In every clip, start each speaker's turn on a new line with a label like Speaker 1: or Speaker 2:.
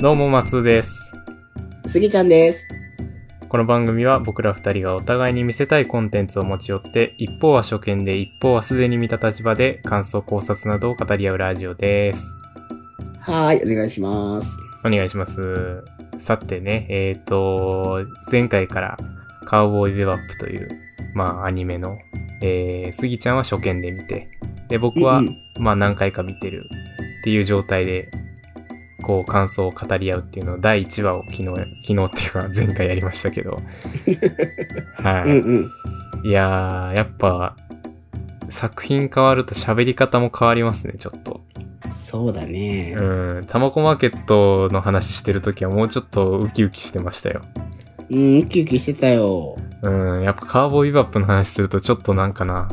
Speaker 1: どうも松尾です
Speaker 2: すぎちゃんです。
Speaker 1: この番組は僕ら二人がお互いに見せたいコンテンツを持ち寄って一方は初見で一方はすでに見た立場で感想考察などを語り合うラジオです
Speaker 2: はーい、お願いします。
Speaker 1: お願いしますさてねえっ、と前回からカウボーイビバップというまあアニメのえー、スギちゃんは初見で見てで僕は、
Speaker 2: うんうん
Speaker 1: まあ何回か見てるっていう状態で、こう感想を語り合うっていうのを第1話を昨日、昨日っていうか前回やりましたけど。
Speaker 2: うん
Speaker 1: は
Speaker 2: うん。
Speaker 1: い。いやー、やっぱ作品変わると喋り方も変わりますね、ちょっと。
Speaker 2: そうだね。
Speaker 1: うん。タマコマーケットの話してるときはもうちょっとウキウキしてましたよ。
Speaker 2: うん、ウキウキしてたよ。
Speaker 1: うん。やっぱカーボーイビバップの話するとちょっとなんかな、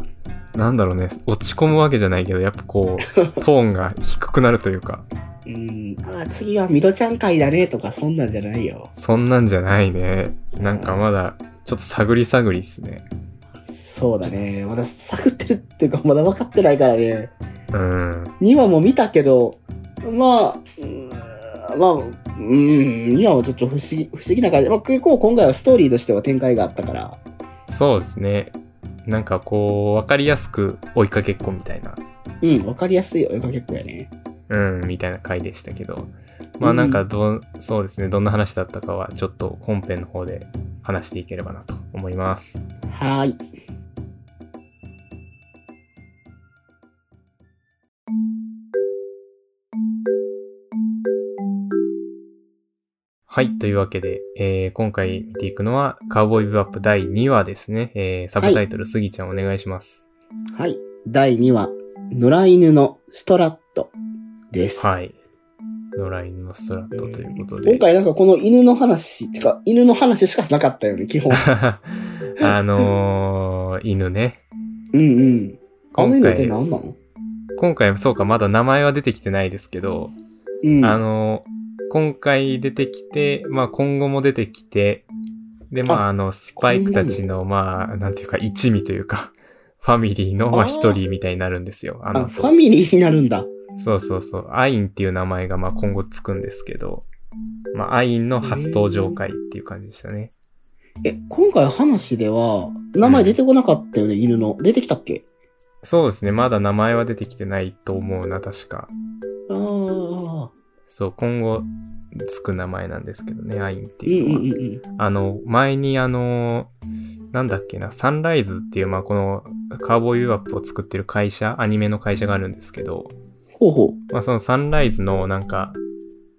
Speaker 1: なんだろうね、落ち込むわけじゃないけど、やっぱこう、トーンが低くなるというか。
Speaker 2: うん、あー、次はミドちゃん会だねとか、そんなんじゃないよ。
Speaker 1: そんなんじゃないね。なんかまだ、ちょっと探り探りっすね。
Speaker 2: そうだね。まだ探ってるっていうか、まだ分かってないからね。
Speaker 1: うん。
Speaker 2: 2話も見たけど、まあ、うんまあ、うん、2話もちょっと不思議、不思議な感じ。まあ、結構今回はストーリーとしては展開があったから。
Speaker 1: そうですね。なんかこう、わかりやすく追いかけっこみたいな、
Speaker 2: うん、分かりやすいよ。結構やね。
Speaker 1: うん、みたいな回でしたけど。まあなんかど、うそうですね、どんな話だったかは、ちょっと本編の方で話していければなと思います。
Speaker 2: はーい。
Speaker 1: はい。というわけで、えー今回見ていくのは、カウボーイビバップ第2話ですね。えーサブタイトル、すぎちゃんお願いします。
Speaker 2: はい。第2話、野良犬のストラットです。
Speaker 1: はい。野良犬のストラットということで。
Speaker 2: 今回なんかこの犬の話、てか犬の話しかなかったよね、基本。
Speaker 1: あのー、犬ね。
Speaker 2: うんうん。あの
Speaker 1: 今
Speaker 2: 犬っ
Speaker 1: 回
Speaker 2: て何なの
Speaker 1: 今回、そうか、まだ名前は出てきてないですけど、
Speaker 2: うん。
Speaker 1: あのー、今回出てきて、まあ今後も出てきて、で、まああの、スパイクたちの、まあ、なんていうか、一味というか、 ファミリーの、まあ
Speaker 2: あー
Speaker 1: 一人みたいになるんですよ。あ
Speaker 2: あ、
Speaker 1: の
Speaker 2: ファミリーになるんだ。
Speaker 1: そうそうそう。アインっていう名前が、まあ今後つくんですけど、まあアインの初登場回っていう感じでしたね。
Speaker 2: え、今回話では、名前出てこなかったよね、犬の。出てきたっけ
Speaker 1: そうですね。まだ名前は出てきてないと思うな、確か。
Speaker 2: ああ。
Speaker 1: そう、今後つく名前なんですけどね、アインって
Speaker 2: うん
Speaker 1: いううの
Speaker 2: ん
Speaker 1: は。
Speaker 2: うんうん。
Speaker 1: あの、前にあの、なんだっけな、サンライズっていう、まあ、このカーボーイユーアップを作ってる会社、アニメの会社があるんですけど、
Speaker 2: ほうほ
Speaker 1: まあ、そのサンライズのなんか、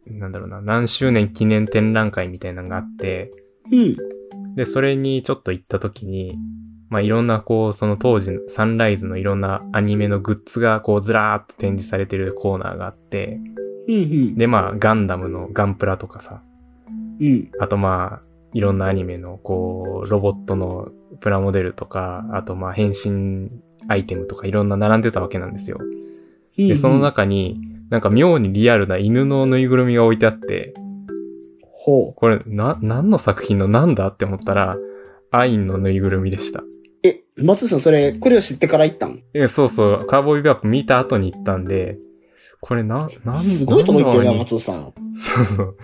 Speaker 1: なんだろうな、何周年記念展覧会みたいなのがあって、
Speaker 2: う。うん。
Speaker 1: で、それにちょっと行った時に、まあ、いろんなこう、その当時のサンライズのいろんなアニメのグッズがこう、ずらーっと展示されてるコーナーがあって、
Speaker 2: うんうん。
Speaker 1: で、まあ、ガンダムのガンプラとかさ、
Speaker 2: うん。
Speaker 1: あとまあ、いろんなアニメの、こう、ロボットのプラモデルとか、あとまあ、変身アイテムとかいろんな並んでたわけなんですよ。
Speaker 2: うんう
Speaker 1: で、
Speaker 2: ん
Speaker 1: その。中に、なんか妙にリアルな犬のぬいぐるみが置いてあって、
Speaker 2: ほう。
Speaker 1: これ、な、何の作品のなんだって思ったら、アインのぬいぐるみでした。
Speaker 2: え、松井さん、それ、これを知ってから行ったん
Speaker 1: えそうそう、カーボーイビバップ見た後に行ったんで、これな、なん、
Speaker 2: すごいとこ行ってる
Speaker 1: なんだ
Speaker 2: な、
Speaker 1: ろう
Speaker 2: 松井さん。
Speaker 1: そうそう。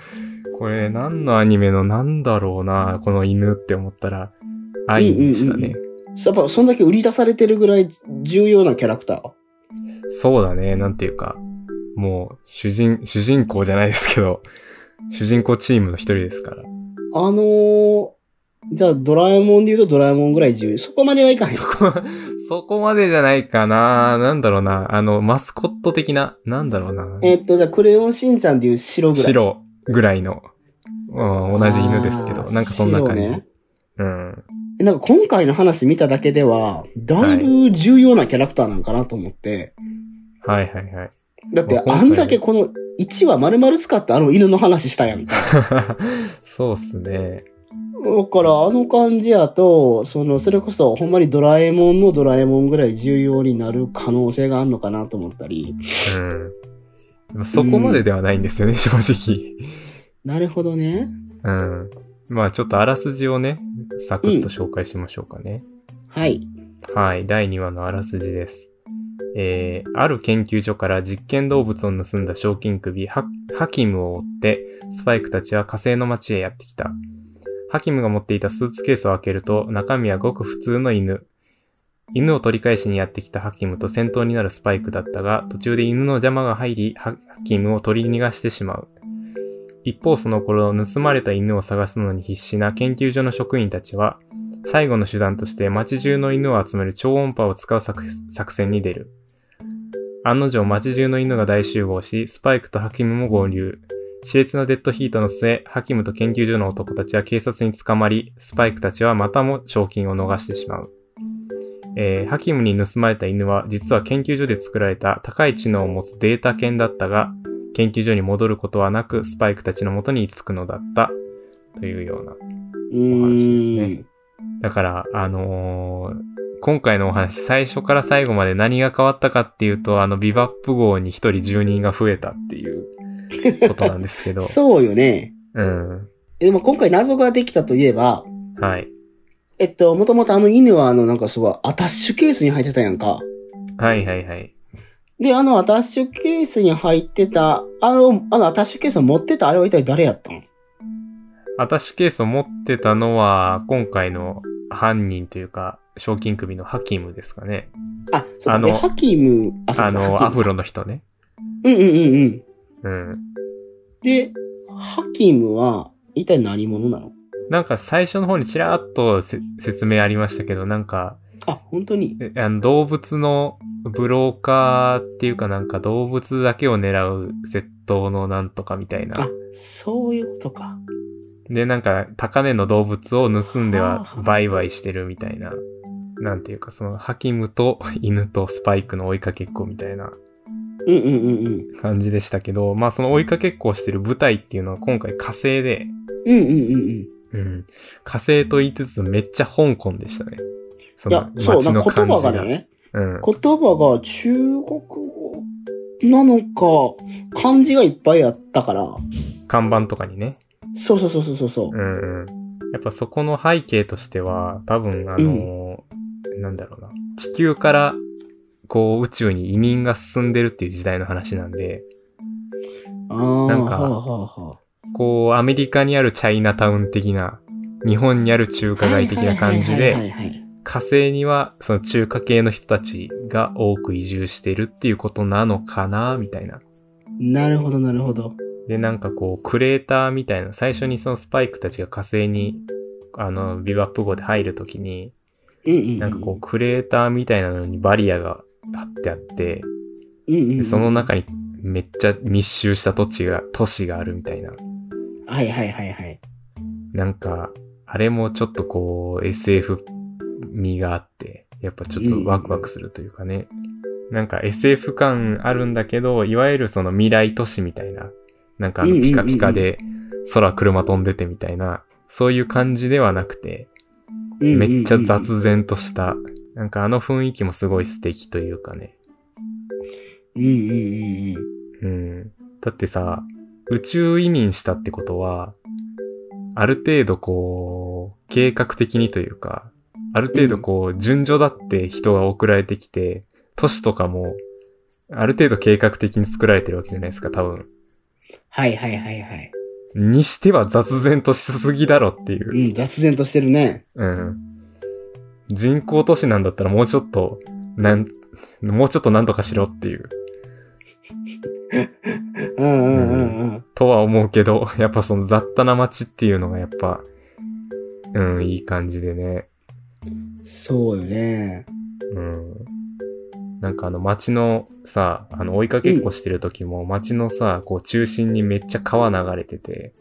Speaker 1: これ何のアニメのなんだろうな、この犬って思ったら、アインでしたね。
Speaker 2: うんうんやっぱ、そんだけ売り出されてるぐらい重要なキャラクター。
Speaker 1: そうだね、なんていうか、もう、主人、主人公じゃないですけど、 主人公チームの一人ですから。
Speaker 2: あのー、じゃあ、ドラえもんで言うとドラえもんぐらい重要。そこまではいかへん。
Speaker 1: そこは、 そこまでじゃないかな、なんだろうな、あの、マスコット的な、なんだろうな、
Speaker 2: えっと、じゃあ、クレヨンしんちゃんで言う白ぐらい。。
Speaker 1: 白ぐらいの、うん、同じ犬ですけど
Speaker 2: あ、ー
Speaker 1: なんかそんな感じ。
Speaker 2: 白ね
Speaker 1: うん。
Speaker 2: えなんか今回の話見ただけでは、だいぶ重要なキャラクターなんかなと思って。
Speaker 1: はいはいはい。
Speaker 2: だって
Speaker 1: まあ、今回
Speaker 2: あんだけこの1話丸々使ってあの犬の話したやんか。
Speaker 1: そうっすね。
Speaker 2: だから、あの感じやと、その、それこそ、ほんまにドラえもんのドラえもんぐらい重要になる可能性があるのかなと思ったり。
Speaker 1: うんでも。そこまでではないんですよね、正直。
Speaker 2: なるほどね。
Speaker 1: うん。まあちょっとあらすじをね、サクッと紹介しましょうかね。
Speaker 2: はい。
Speaker 1: はい、第2話のあらすじです。えーある研究所から実験動物を盗んだ賞金首ハハキムを追って、スパイクたちは火星の街へやってきた。ハキムが持っていたスーツケースを開けると、中身はごく普通の犬。犬を取り返しにやってきたハキムと戦闘になるスパイクだったが、途中で犬の邪魔が入り、ハハキムを取り逃がしてしまう。一方その頃、盗まれた犬を探すのに必死な研究所の職員たちは、最後の手段として街中の犬を集める超音波を使う作作戦に出る。案の定街中の犬が大集合し、スパイクとハキムも合流。熾烈なデッドヒートの末、ハキムと研究所の男たちは警察に捕まり、スパイクたちはまたも賞金を逃してしまう。えーハキムに盗まれた犬は実は研究所で作られた高い知能を持つデータ犬だったが、研究所に戻ることはなく、スパイクたちのもとに居つくのだった。というような。
Speaker 2: うーん
Speaker 1: お話ですねだから、あのー今回のお話、最初から最後まで何が変わったかっていうと、あの、ビバップ号に一人住人が増えたっていうことなんです けど。
Speaker 2: そうよね。
Speaker 1: うん。
Speaker 2: えでも今回謎ができたといえば、
Speaker 1: はい。
Speaker 2: えっと、もともとあの犬はあのなんかすごいアタッシュケースに入ってたやんか。
Speaker 1: はいはいはい。
Speaker 2: で、あのアタッシュケースに入ってた、あの、あのアタッシュケースを持ってたあれは一体誰やったん
Speaker 1: アタッシュケースを持ってたのは、今回の犯人というか、賞金首のハキムですかね。
Speaker 2: あ、そう
Speaker 1: あ
Speaker 2: か、
Speaker 1: の
Speaker 2: で、ハキム、あ、そう
Speaker 1: あ
Speaker 2: そうハキム
Speaker 1: の、アフロの人ね。
Speaker 2: うんうんうんうん。
Speaker 1: うん。
Speaker 2: で、ハキムは一体何者なの
Speaker 1: なんか最初の方にちらっとせ説明ありましたけど、なんか、
Speaker 2: あ、本当に。
Speaker 1: えあの動物のブローカーっていうかなんか動物だけを狙う窃盗のなんとかみたい
Speaker 2: あ
Speaker 1: な。、
Speaker 2: そういうことか。
Speaker 1: で、なんか高値の動物を盗んで
Speaker 2: はあ
Speaker 1: は
Speaker 2: はあ
Speaker 1: 売買してるみたいな。なんていうかそのハキムと犬とスパイクの追いかけっこみたいな
Speaker 2: うんうんうんうん。
Speaker 1: 感じでしたけど、まあその追いかけっこをしてる舞台っていうのは今回火星で、
Speaker 2: うんうんうんうん。
Speaker 1: うん。火星と言いつつめっちゃ香港でしたね。そ
Speaker 2: いや
Speaker 1: の、
Speaker 2: そう、
Speaker 1: 街
Speaker 2: なん
Speaker 1: の
Speaker 2: か言
Speaker 1: 感じ
Speaker 2: 葉
Speaker 1: が。
Speaker 2: がね、
Speaker 1: うん。
Speaker 2: 言葉が中国語なのか、漢字がいっぱいあったから、
Speaker 1: 看板とかにね。
Speaker 2: そうそうそうそうそう。
Speaker 1: うんうん。やっぱそこの背景としては、多分あのーなんだろうな。地球から、こう宇宙に移民が進んでるっていう時代の話なんで、
Speaker 2: ああ、
Speaker 1: なんか
Speaker 2: はあはあは
Speaker 1: こうアメリカにあるチャイナタウン的な、日本にある中華街的な感じ
Speaker 2: はいは
Speaker 1: で、
Speaker 2: いはいはいはい
Speaker 1: 火星にはその中華系の人たちが多く移住してるっていうことなのかな、みたいな。
Speaker 2: なるほど、なるほど。
Speaker 1: で、なんかこう、クレーターみたいな、最初にそのスパイクたちが火星に、あの、ビバップ号で入るときに、
Speaker 2: うんうん。
Speaker 1: なんかこう、クレーターみたいなのにバリアが貼ってあって、
Speaker 2: う、うんうんう
Speaker 1: で
Speaker 2: ん、
Speaker 1: その中にめっちゃ密集した土地が、都市があるみたいな。
Speaker 2: はいはいはいはい。
Speaker 1: なんか、あれもちょっとこう、SF 味があって、やっぱちょっとワクワクするというかね。なんか SF 感あるんだけど、いわゆるその未来都市みたいな、なんかあ
Speaker 2: うん
Speaker 1: の
Speaker 2: うんうんう
Speaker 1: ピ
Speaker 2: ん
Speaker 1: カピカで空車飛んでてみたいな、そういう感じではなくて、
Speaker 2: うんうんうん
Speaker 1: めっちゃ。雑然とした、なんかあの雰囲気もすごい素敵というかね。
Speaker 2: うんうんうんうん。
Speaker 1: うん。だってさ、宇宙移民したってことは、ある程度こう、計画的にというか、ある程度こう、順序だって人が送られてきて、都市とかも、ある程度計画的に作られてるわけじゃないですか、多分。
Speaker 2: はいはいはいはい。
Speaker 1: にしては雑然としすぎだろっていう
Speaker 2: う。ん、雑然としてるね。
Speaker 1: うん。人工都市なんだったらもうちょっと、なん、もうちょっとなんとかしろっていう、
Speaker 2: うんうんうんうん。
Speaker 1: とは思うけど、 やっぱその雑多な街っていうのがやっぱ、うん、いい感じでね。
Speaker 2: そうよね。
Speaker 1: うん。なんかあの街のさ、あの追いかけっこしてる時も街のさ、こう中心にめっちゃ川流れてて、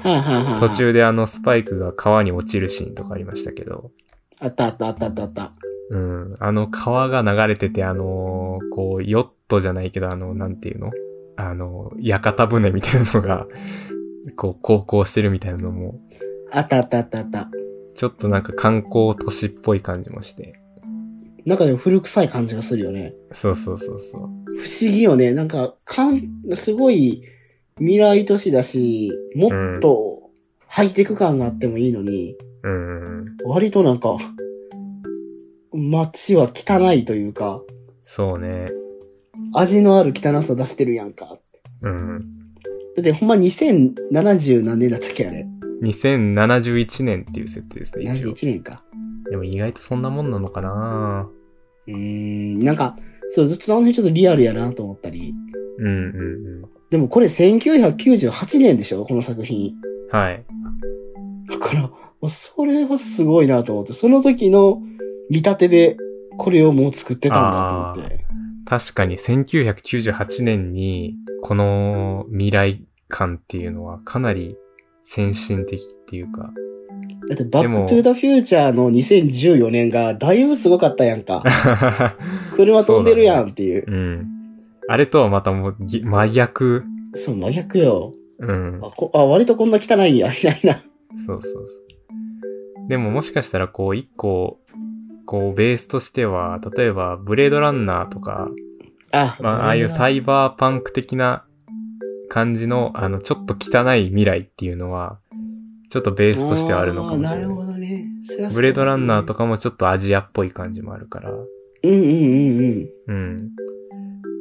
Speaker 2: はい、はいはいはい。
Speaker 1: 途。中であのスパイクが川に落ちるシーンとかありましたけど、
Speaker 2: あったあったあったあったあった。
Speaker 1: うん。あの川が流れてて、あのーこう、ヨットじゃないけど、あの、なんていうのあの、屋形船みたいなのが、こう、航行してるみたいなのも、
Speaker 2: あったあったあったあった。
Speaker 1: ちょっとなんか観光都市っぽい感じもして。
Speaker 2: なんかでも古臭い感じがするよね。
Speaker 1: そうそうそうそう。
Speaker 2: 不思議よね。なんか、かん、すごい未来都市だし、もっとハイテク感があってもいいのに、
Speaker 1: うん。
Speaker 2: 割となんか、街は汚いというか、
Speaker 1: そうね。
Speaker 2: 味のある汚さ出してるやんか。だ
Speaker 1: うん。
Speaker 2: ってほんま2070何年だったっけあれ。
Speaker 1: 2071年っていう設定ですね、一応
Speaker 2: 71。年か。
Speaker 1: でも意外とそんなもんなのかな
Speaker 2: うーん、なんか、そう、ずっとあの辺ちょっとリアルやなと思ったり。
Speaker 1: うんうんう
Speaker 2: でもこれ1998年でしょこの作
Speaker 1: ん。
Speaker 2: 品。
Speaker 1: はい。
Speaker 2: だから、もうそれはすごいなと思って、その時の見立てでこれをもう作ってたんだと思って。
Speaker 1: 確かに1998年にこの未来感っていうのはかなり先進的っていうか、
Speaker 2: だって、バ
Speaker 1: で
Speaker 2: ッ
Speaker 1: も
Speaker 2: クトゥーザフューチャーの2014年がだいぶすごかったや んか。車飛んでるやんっていう。
Speaker 1: うん。あれとはまたもうぎ真逆。
Speaker 2: そう,、真逆よ。
Speaker 1: うん
Speaker 2: あ。こあ、割とこんな汚いんや、みたいな。
Speaker 1: そうそうそう。でももしかしたらこう一個、こうベースとしては、例えばブレードランナーとか、
Speaker 2: あ、
Speaker 1: まあ、ああいうサイバーパンク的な感じの、あの、ちょっと汚い未来っていうのは、ちょっとベースとしてはあるのかもし
Speaker 2: あー
Speaker 1: れ
Speaker 2: なるほ
Speaker 1: ない。
Speaker 2: どね。そりゃそう
Speaker 1: ブレードランナーとかもちょっとアジアっぽい感じもあるから。
Speaker 2: うんうんうんうん。
Speaker 1: うん。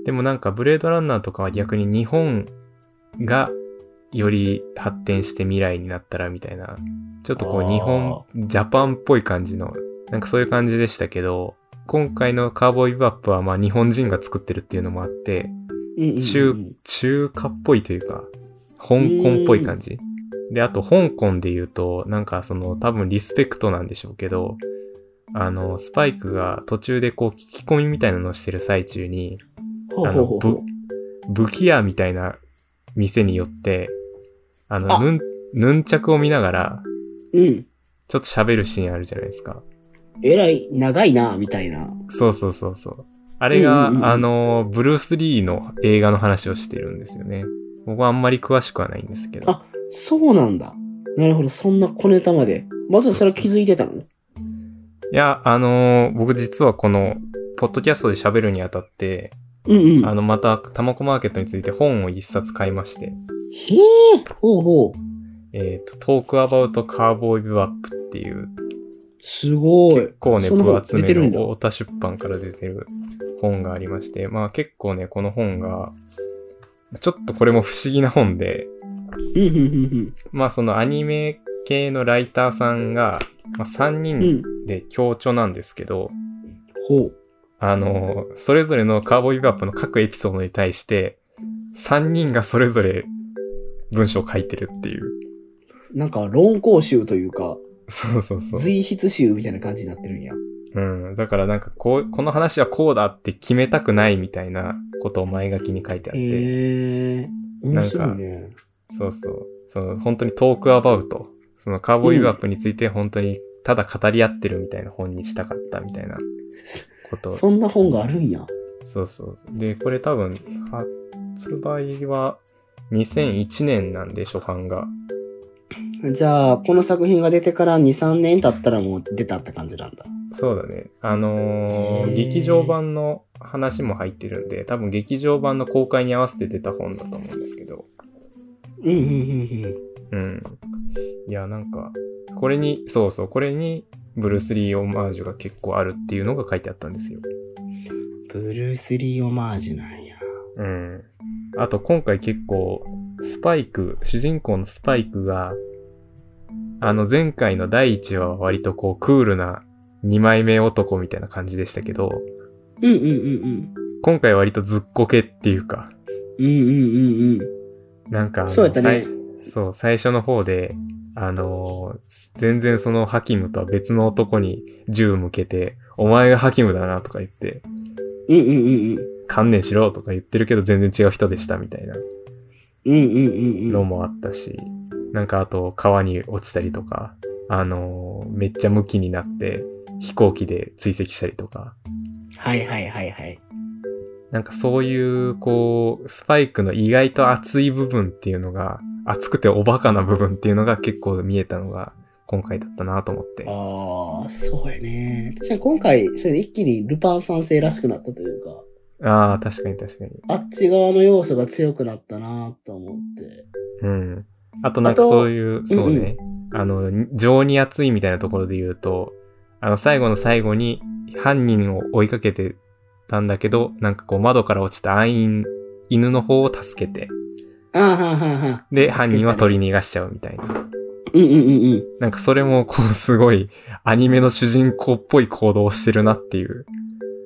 Speaker 1: でもなんかブレードランナーとかは逆に日本がより発展して未来になったらみたいな、ちょっとこ
Speaker 2: あ
Speaker 1: う
Speaker 2: ー
Speaker 1: 日本、ジャパンっぽい感じの、なんかそういう感じでしたけど、今回のカーボーイビバップはまあ日本人が作ってるっていうのもあって、
Speaker 2: うんうんうん
Speaker 1: 中、中華っぽいというか、香港っぽい感じ。で、あと香港で言うと、なんかその多分リスペクトなんでしょうけど、あの、スパイクが途中でこう聞き込みみたいなのをしてる最中に、
Speaker 2: ほう
Speaker 1: あ
Speaker 2: ほう
Speaker 1: の、
Speaker 2: ほうほう
Speaker 1: ぶ武器屋みたいな店によって、あの、
Speaker 2: あ
Speaker 1: ヌン、ヌンチャクを見ながら、
Speaker 2: うん。
Speaker 1: ちょっと喋るシーンあるじゃないですか。
Speaker 2: えらい、長いな、みたいな。
Speaker 1: そうそうそうそう。あれが、
Speaker 2: うんうんうん
Speaker 1: あの、ブルース・リーの映画の話をしてるんですよね。僕はあんまり詳しくはないんですけど。
Speaker 2: あそうなんだ。なるほど、そんな小ネタまで。まずそれは気づいてたの
Speaker 1: いや、あのー僕実はこの、ポッドキャストで喋るにあたって、
Speaker 2: うんうん。
Speaker 1: あ
Speaker 2: へ
Speaker 1: の、また、タマコマーケットについて本を一冊買いまして、
Speaker 2: え、ほうほう。
Speaker 1: えっ、と、トークアバウトカーボーイビバップっていう、
Speaker 2: すごい。
Speaker 1: こうね、
Speaker 2: そんなの
Speaker 1: 分厚
Speaker 2: 出て
Speaker 1: め
Speaker 2: るん
Speaker 1: の
Speaker 2: だ
Speaker 1: 太田出版から出てる本がありまして、まあ結構ね、この本が、ちょっとこれも不思議な本で、
Speaker 2: うんうんうん
Speaker 1: まあそのアニメ系のライターさんが、まあ、3
Speaker 2: うん。う
Speaker 1: 人
Speaker 2: ん。
Speaker 1: で協調なんですけど、
Speaker 2: ほう。
Speaker 1: あの、それぞれのカーボーイビバップの各エピソードに対して、3人がそれぞれ文章を書いてるっていう。
Speaker 2: なんか論考集というか、
Speaker 1: そうそうそう。
Speaker 2: 随筆集みたいな感じになってるんや。
Speaker 1: うん。だからなんかこう、この話はこうだって決めたくないみたいなことを前書きに書いてあって。
Speaker 2: へえ。面白いね。
Speaker 1: そうそう。その本当にトークアバウト。そのカーボーイビバップについて本当にただ語り合ってるみたいな本にしたかったみたいなことを
Speaker 2: そんな本があるんや。
Speaker 1: そうそう。で、これ多分、発売は2001年なんで、初版が。
Speaker 2: じゃあ、この作品が出てから2、3年経ったらもう出たって感じなんだ。
Speaker 1: そうだね。あのー
Speaker 2: へー
Speaker 1: 劇場版の話も入ってるんで、多分劇場版の公開に合わせて出た本だと思うんですけど。
Speaker 2: うんうんうんうん。
Speaker 1: うん。いや、なんか、これに、そうそう、これに、ブルース・リーオマージュが結構あるっていうのが書いてあったんですよ。
Speaker 2: ブルース・リーオマージュなんや。
Speaker 1: うん。あと今回結構、スパイク、主人公のスパイクが、あの前回の第1話は割とこうクールな2枚目男みたいな感じでしたけど、
Speaker 2: うんうんうんうん。
Speaker 1: 今回割とずっこけっていうか、
Speaker 2: うんうんうんう
Speaker 1: なんかあの
Speaker 2: ん。そうやったね。
Speaker 1: 最そう、最初の方で、あのー全然そのハキムとは別の男に銃向けて、お前がハキムだなとか言って、
Speaker 2: うんうんうん
Speaker 1: 観念しろとか言ってるけど全然違う人でしたみたいな。
Speaker 2: うん。うんうんうんう
Speaker 1: の
Speaker 2: ん。
Speaker 1: もあったし、なんかあと川に落ちたりとか、あのーめっちゃムキになって飛行機で追跡したりとか、
Speaker 2: はいはいはいはい。
Speaker 1: なんかそういう、こう、スパイクの意外と熱い部分っていうのが、熱くておバカな部分っていうのが結構見えたのが今回だったなと思って。
Speaker 2: ああ、そうやね。確かに今回、それで一気にルパン三世らしくなったというか、
Speaker 1: ああ、確かに確かに。
Speaker 2: あっち側の要素が強くなったなと思って。
Speaker 1: うん。あとなんか
Speaker 2: あと
Speaker 1: そういう、そうね、あの、情に熱いみたいなところで言うと、あの、最後の最後に犯人を追いかけてたんだけど、なんかこう窓から落ちた暗因、犬の方を助けて、
Speaker 2: ああ、はあ、はあ、はあ。
Speaker 1: で、犯人は取り逃がしちゃうみたいな。
Speaker 2: うんうんうんうん。
Speaker 1: なんかそれもこうすごいアニメの主人公っぽい行動をしてるなっていう。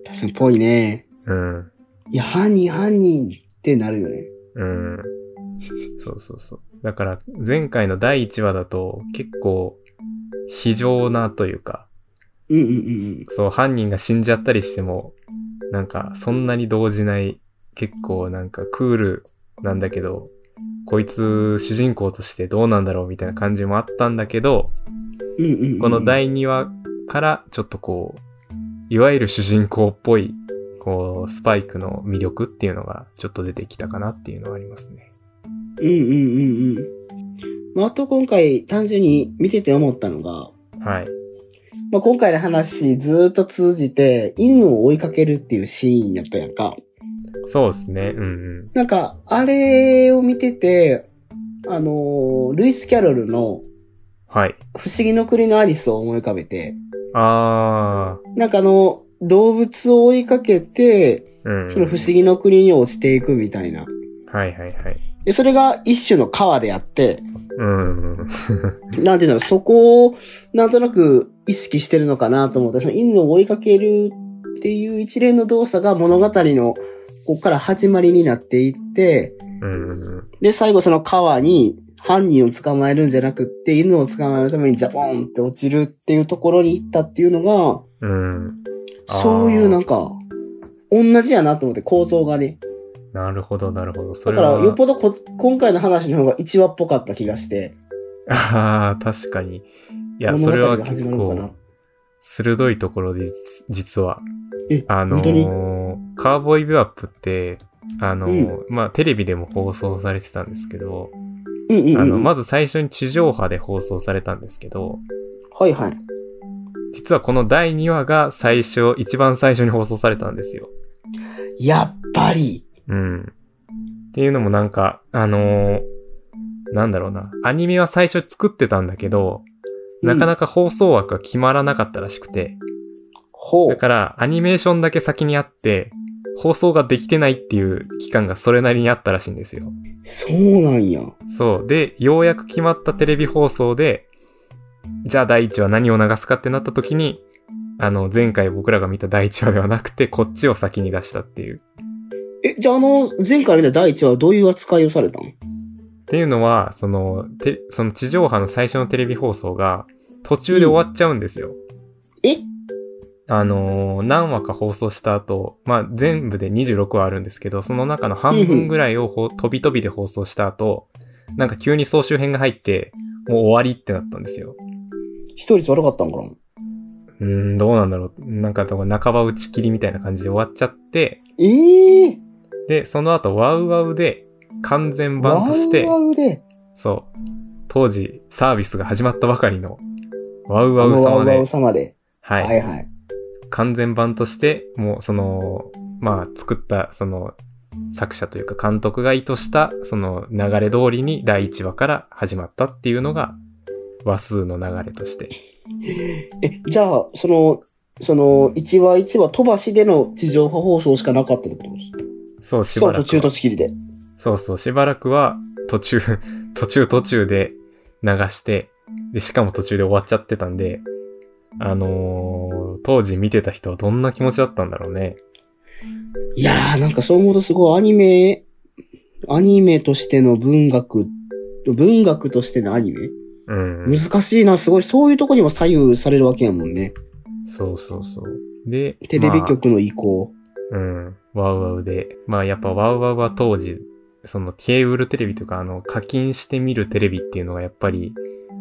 Speaker 2: 確かにぽいね。
Speaker 1: うん。
Speaker 2: いや、犯人、犯人ってなるよね。
Speaker 1: うん。そうそうそう。だから前回の第1話だと結構非常なというか、
Speaker 2: うんうんうん
Speaker 1: そう犯人が死んじゃったりしても、なんかそんなに動じない、結構なんかクールなんだけど、こいつ主人公としてどうなんだろうみたいな感じもあったんだけど、
Speaker 2: うん。うんうんうん。
Speaker 1: この第2話からちょっとこう、いわゆる主人公っぽい、こう、スパイクの魅力っていうのがちょっと出てきたかなっていうのはありますね。
Speaker 2: うんうんうんうん。まあ、あと今回単純に見てて思ったのが、
Speaker 1: はい。
Speaker 2: まあ、今回の話ずーっと通じて犬を追いかけるっていうシーンやったやんか。
Speaker 1: そうですね。うんうん。
Speaker 2: なんか、あれを見てて、あのールイス・キャロルの
Speaker 1: はい。
Speaker 2: 不思議の国のアリスを思い浮かべて、
Speaker 1: あ
Speaker 2: なんかあの、動物を追いかけて、
Speaker 1: ー。うん。
Speaker 2: その不思議の国に落ちていくみたいな。
Speaker 1: はいはいはい。
Speaker 2: で、それが一種の川であって、
Speaker 1: うんうん。
Speaker 2: なんていうの、そこをなんとなく意識してるのかなと思って、その犬を追いかけるっていう一連の動作が物語のここから始まりになっていって、
Speaker 1: うんうんうん。
Speaker 2: で、最後その川に犯人を捕まえるんじゃなくって、犬を捕まえるためにジャボンって落ちるっていうところに行ったっていうの
Speaker 1: うん。あ
Speaker 2: が、
Speaker 1: ー
Speaker 2: そういうなんか、同じやなと思って構造がね。
Speaker 1: なるほど、なるほど。そ
Speaker 2: だ
Speaker 1: れ
Speaker 2: から、
Speaker 1: は
Speaker 2: よっぽどこ今回の話の方が1話っぽかった気がして、
Speaker 1: ああ、確かに。いや、そ
Speaker 2: 物語
Speaker 1: れは
Speaker 2: が始
Speaker 1: 結
Speaker 2: まるのかな
Speaker 1: 構、。鋭いところで、実実は。
Speaker 2: え
Speaker 1: あの
Speaker 2: 本当に
Speaker 1: ーカーボーイビバップって、あのーまあ、テレビでも放送されてたんですけど、
Speaker 2: うんうんうん、
Speaker 1: あの、まず最初に地上波で放送されたんですけど、
Speaker 2: はいはい。
Speaker 1: 実はこの第2話が最初、一番最初に放送されたんですよ。
Speaker 2: やっぱり。
Speaker 1: うん。っていうのもなんか、あのーなんだろうな。アニメは最初作ってたんだけど、なか
Speaker 2: か。
Speaker 1: なか放送枠が決まらなかったらしくて、
Speaker 2: ほ
Speaker 1: だ
Speaker 2: う。
Speaker 1: からアニメーションだけ先にあって、放送ができてないっていう期間がそれなりにあったらしいんですよ。
Speaker 2: そうなんや。
Speaker 1: そう。で、ようやく決まったテレビ放送で、じゃあ第1話何を流すかってなった時に、あの、前回僕らが見た第1話ではなくて、こっちを先に出したっていう。
Speaker 2: え、じゃああの、前回見た第1話はどういう扱いをされたの
Speaker 1: っていうのは、その、てその地上波の最初のテレビ放送が、途中で終わっちゃうんですよ。
Speaker 2: え
Speaker 1: あのー何話か放送した後、まあ、全部で26話あるんですけど、その中の半分ぐらいをほ飛び飛びで放送した後、なんか急に総集編が入って、もう終わりってなったんですよ。
Speaker 2: 視聴率悪かったんかな
Speaker 1: うーん、どうなんだろう。なんか、半ば打ち切りみたいな感じで終わっちゃって、
Speaker 2: ええ
Speaker 1: で、その後、ワウワウで完全
Speaker 2: ー、
Speaker 1: 版として、
Speaker 2: ワウワウで、
Speaker 1: そう、当時サービスが始まったばかりの、ワウワウ
Speaker 2: あのワ
Speaker 1: 様
Speaker 2: ウワ
Speaker 1: で
Speaker 2: ウ、様で。
Speaker 1: は、
Speaker 2: はいいはい。
Speaker 1: 完全版として、もうその、まあ作った、その、作者というか監督が意図した、その流れ通りに第1話から始まったっていうのが、話数の流れとして。
Speaker 2: え、じゃあ、その、その、1話1話飛ばしでの地上波放送しかなかったってことです。
Speaker 1: そう、し
Speaker 2: し
Speaker 1: ば
Speaker 2: かも
Speaker 1: ら
Speaker 2: 途
Speaker 1: く
Speaker 2: 中
Speaker 1: は。
Speaker 2: 途中切りで。
Speaker 1: そうそう、しばらくは、途中、 途中途中で流して、で、しかも途中で終わっちゃってたんで、あのー当時見てた人はどんな気持ちだったんだろうね。
Speaker 2: いやー、なんかそう思うとすごいアニメ、アニメとしての文学、文学としてのアニメ
Speaker 1: うん。
Speaker 2: 難しいな、すごい。そういうとこにも左右されるわけやもんね。
Speaker 1: そうそうそう。で、
Speaker 2: テレビ
Speaker 1: まあ
Speaker 2: 局の移行。
Speaker 1: うん。ワウワウで。まあやっぱワウワウは当時、そのケーブルテレビとかあの課金して見るテレビっていうのがやっぱり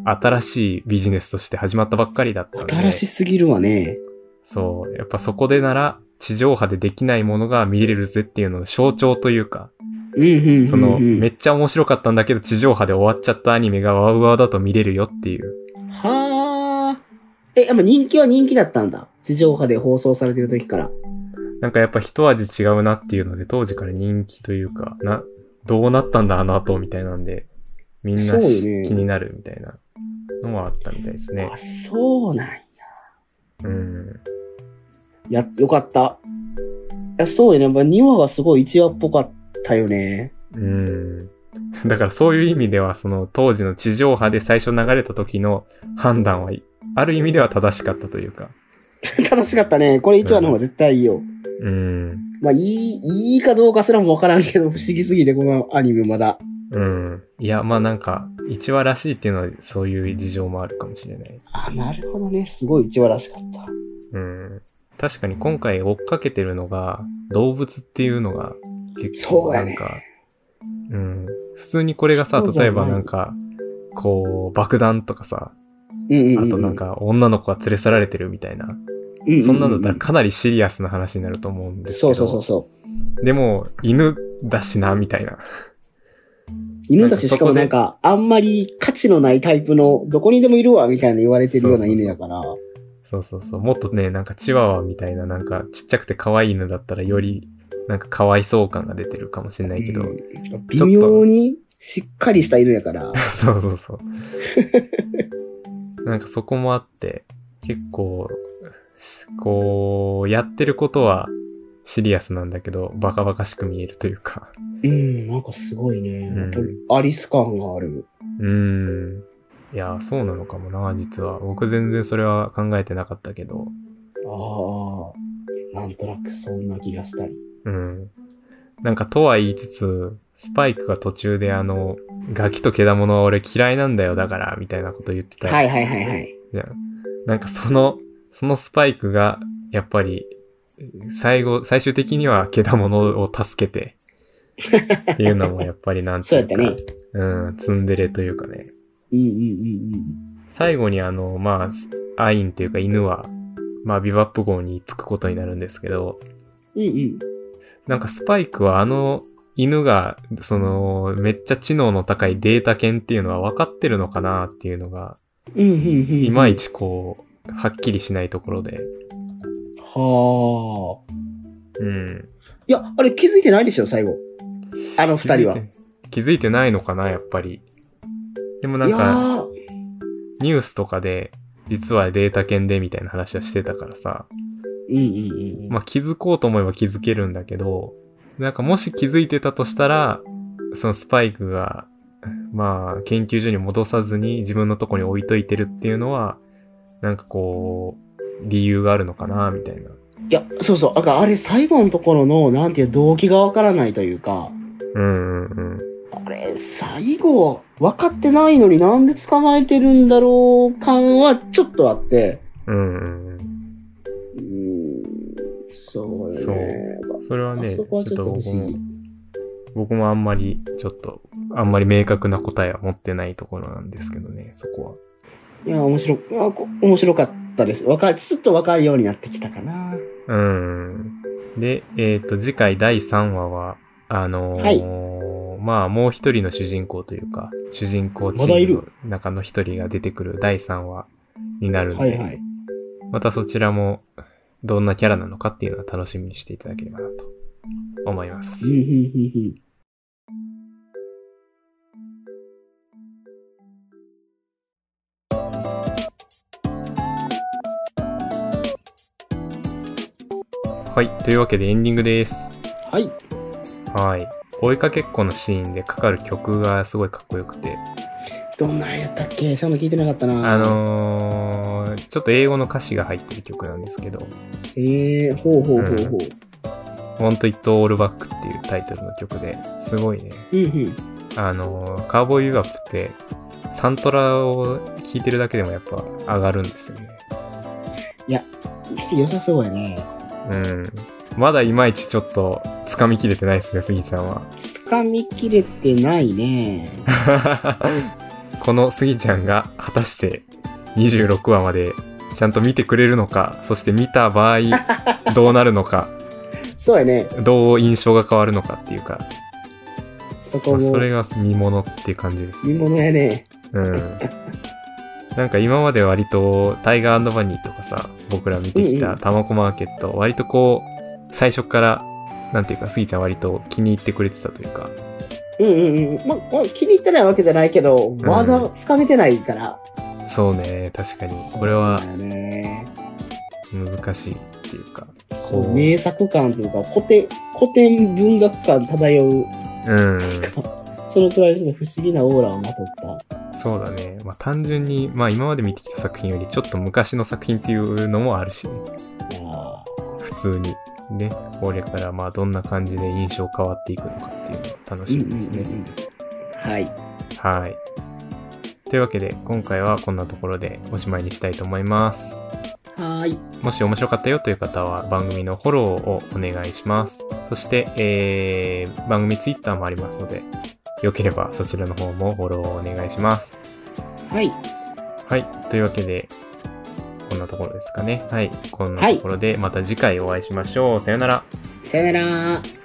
Speaker 1: 新しいビジネスとして始まったばっかりだったんで。
Speaker 2: 新しすぎるわね。
Speaker 1: そう。やっぱそこでなら地上波でできないものが見れるぜっていうのの象徴というか、
Speaker 2: うんうんうん、うん。
Speaker 1: そのめっちゃ面白かったんだけど地上波で終わっちゃったアニメがワウワウだと見れるよっていう。
Speaker 2: はあ。え、やっぱ人気は人気だったんだ。地上波で放送されてる時から。
Speaker 1: なんかやっぱ一味違うなっていうので当時から人気というか、な、どうなったんだあの後みたいなんで、みんなし
Speaker 2: そうよね
Speaker 1: 気になるみたいなのはあったみたいですね
Speaker 2: あ、。そうなんや。
Speaker 1: うん。
Speaker 2: や、よかった。や、そうよね。やっぱ2話はすごい1話っぽかったよね。
Speaker 1: うん。だからそういう意味では、その当時の地上波で最初流れた時の判断は、ある意味では正しかったというか。
Speaker 2: 正しかったね。これ1話の方が絶対いいよ。
Speaker 1: うん。
Speaker 2: まあ、いい、いいかどうかすらもわからんけど、不思議すぎて、このアニメまだ。
Speaker 1: うん。いや、まあなんか、1話らしいっていうのはそういう事情もあるかもしれない。
Speaker 2: あ、なるほどね。すごい1話らしかった。
Speaker 1: うん。確かに今回追っかけてるのが、動物っていうのが結
Speaker 2: そ
Speaker 1: 構
Speaker 2: うや
Speaker 1: な
Speaker 2: ね
Speaker 1: んか、うん。普通にこれがさ
Speaker 2: そう、じゃ
Speaker 1: 例
Speaker 2: ない
Speaker 1: えばなんか、こう、爆弾とかさ、
Speaker 2: うんうんうん、
Speaker 1: あとなんか女の子が連れ去られてるみたいな、
Speaker 2: ううう、
Speaker 1: そんなんだったらかなりシリアスな話になると思うんですけ
Speaker 2: そ
Speaker 1: ど、
Speaker 2: うそうそうそう。
Speaker 1: でも、犬だしな、みたいな。
Speaker 2: 犬だし、しかもなんか、あんまり価値のないタイプの、どこにでもいるわ、みたいな言われてるような犬だから。
Speaker 1: そうそうそう。もっとね、なんかチワワみたいな、なんかちっちゃくて可愛い犬だったらより、なんか可哀想感が出てるかもしれないけど。
Speaker 2: うん微妙にしっかりした犬やから。
Speaker 1: そうそうそう。なんかそこもあって、結構、こう、やってることはシリアスなんだけど、バカバカしく見えるというか。
Speaker 2: うん、なんかすごいね。
Speaker 1: うん
Speaker 2: やっぱりアリス感がある。
Speaker 1: うーん。いや、そうなのかもな、実は。僕全然それは考えてなかったけど。
Speaker 2: ああ、なんとなくそんな気がしたり。
Speaker 1: うん。なんかとは言いつつ、スパイクが途中であの、ガキと毛玉は俺嫌いなんだよだから、みたいなこと言ってた
Speaker 2: はいはいはいはい。
Speaker 1: じゃん。なんかその、そのスパイクが、やっぱり、最後、最終的には毛玉を助けて、っていうのもやっぱりなんて
Speaker 2: そう
Speaker 1: い
Speaker 2: や
Speaker 1: う
Speaker 2: っ
Speaker 1: か、
Speaker 2: たね。
Speaker 1: うん、ツンデレというかね。
Speaker 2: うんうんうんうん。
Speaker 1: 最後にあの、まあス、アインっていうか犬は、まあ、ビバップ号に着くことになるんですけど、
Speaker 2: うんうん。
Speaker 1: なんかスパイクはあの犬が、その、めっちゃ知能の高いデータ犬っていうのは分かってるのかなっていうのが、
Speaker 2: うんうんうん。
Speaker 1: いまいちこう、はっきりしないところで。
Speaker 2: はあ。
Speaker 1: うん。
Speaker 2: いや、あれ気づいてないでしょ、最後。あの二人は。
Speaker 1: 気づいて。気づいてないのかな、やっぱり。でもなん
Speaker 2: いや
Speaker 1: か、
Speaker 2: ー
Speaker 1: ニュースとかで、実はデータ犬でみたいな話はしてたからさ、
Speaker 2: うんうんうん。
Speaker 1: まあ、気づこうと思えば気づけるんだけど、なんかもし気づいてたとしたら、そのスパイクが、まあ、研究所に戻さずに自分のとこに置いといてるっていうのは、なんかこう、理由があるのかな、みたいな。
Speaker 2: いや、そうそう。だからあれ最後のところの、なんていう動機がわからないというか、
Speaker 1: うんうんうん。
Speaker 2: あれ、最後、分かってないのになんで捕まえてるんだろう感はちょっとあって、
Speaker 1: うんうんうん。
Speaker 2: うーん、そうよね。
Speaker 1: それは
Speaker 2: あ
Speaker 1: ね、
Speaker 2: そこはちょっと不
Speaker 1: 僕
Speaker 2: 思
Speaker 1: も
Speaker 2: 議。
Speaker 1: 僕もあんまり、ちょっと、あんまり明確な答えは持ってないところなんですけどね、そこは。
Speaker 2: いや、面白、あこ面白かったです。わか、ちょっと分かるようになってきたかな。
Speaker 1: うん。で、えっ、と、次回第3話は、あのー
Speaker 2: は
Speaker 1: まあ、もう一人の主人公というか、主人公チ
Speaker 2: まだい
Speaker 1: ーム
Speaker 2: る
Speaker 1: の中の一人が出てくる第3話になるんで、
Speaker 2: はいはい。
Speaker 1: またそちらも、どんなキャラなのかっていうのは楽しみにしていただければなと思います。
Speaker 2: うんうんうんうん
Speaker 1: はい。というわけでエンディングです。
Speaker 2: はい。
Speaker 1: はい。追いかけっこのシーンでかかる曲がすごいかっこよくて、
Speaker 2: どんなんやったっけそんなの聞いてなかったな。
Speaker 1: あ、のー、ちょっと英語の歌詞が入ってる曲なんですけど、
Speaker 2: ええほうほうほうほう。
Speaker 1: Want It All Back っていうタイトルの曲ですごいね。
Speaker 2: うんうん。
Speaker 1: あのー、カーボーイビバップってサントラを聴いてるだけでもやっぱ上がるんですよね。
Speaker 2: 良さそうやね。
Speaker 1: うん。まだいまいちちょっと掴みきれてないですね、杉ちゃんは。
Speaker 2: 掴みきれてないね。
Speaker 1: この杉ちゃんが果たして26話までちゃんと見てくれるのか、そして見た場合どうなるのか、
Speaker 2: そうやね。
Speaker 1: どう印象が変わるのかっていうか、
Speaker 2: そこ
Speaker 1: まあ、
Speaker 2: も
Speaker 1: それが見物っていう感じですね
Speaker 2: 見物やね。
Speaker 1: うん。なんか今まで割とタイガーバニーとかさ、僕ら見てき
Speaker 2: うんう
Speaker 1: た
Speaker 2: ん
Speaker 1: タマコマーケット、割とこう、最初から、なんていうか、スギちゃん割と気に入ってくれてたというか、
Speaker 2: うんうんうん。ま、ま気に入ってないわけじゃないけど、まだ掴めてないから。
Speaker 1: そうね、確かに、これは
Speaker 2: そうだよね。
Speaker 1: 難しいっていうか、
Speaker 2: すごい名作感というか、古典、古典文学感漂う、
Speaker 1: うん。
Speaker 2: そのくらいちょっと不思議なオーラをまとった。
Speaker 1: そうだね。まあ単純に、まあ今まで見てきた作品よりちょっと昔の作品っていうのもあるしね。
Speaker 2: いやー
Speaker 1: 普通に。ね。これからまあどんな感じで印象変わっていくのかっていうのが楽しみですね。
Speaker 2: うんうんうんうんはい。
Speaker 1: はい。というわけで、今回はこんなところでおしまいにしたいと思います。
Speaker 2: はーい。
Speaker 1: もし面白かったよという方は番組のフォローをお願いします。そして、えー、番組ツイッターもありますので、よければそちらの方もフォローをお願いします。
Speaker 2: はい。
Speaker 1: はい。というわけで、こんなところですかね。はい。こんな
Speaker 2: はい
Speaker 1: ところでまた次回お会いしましょう。さよなら。
Speaker 2: さよなら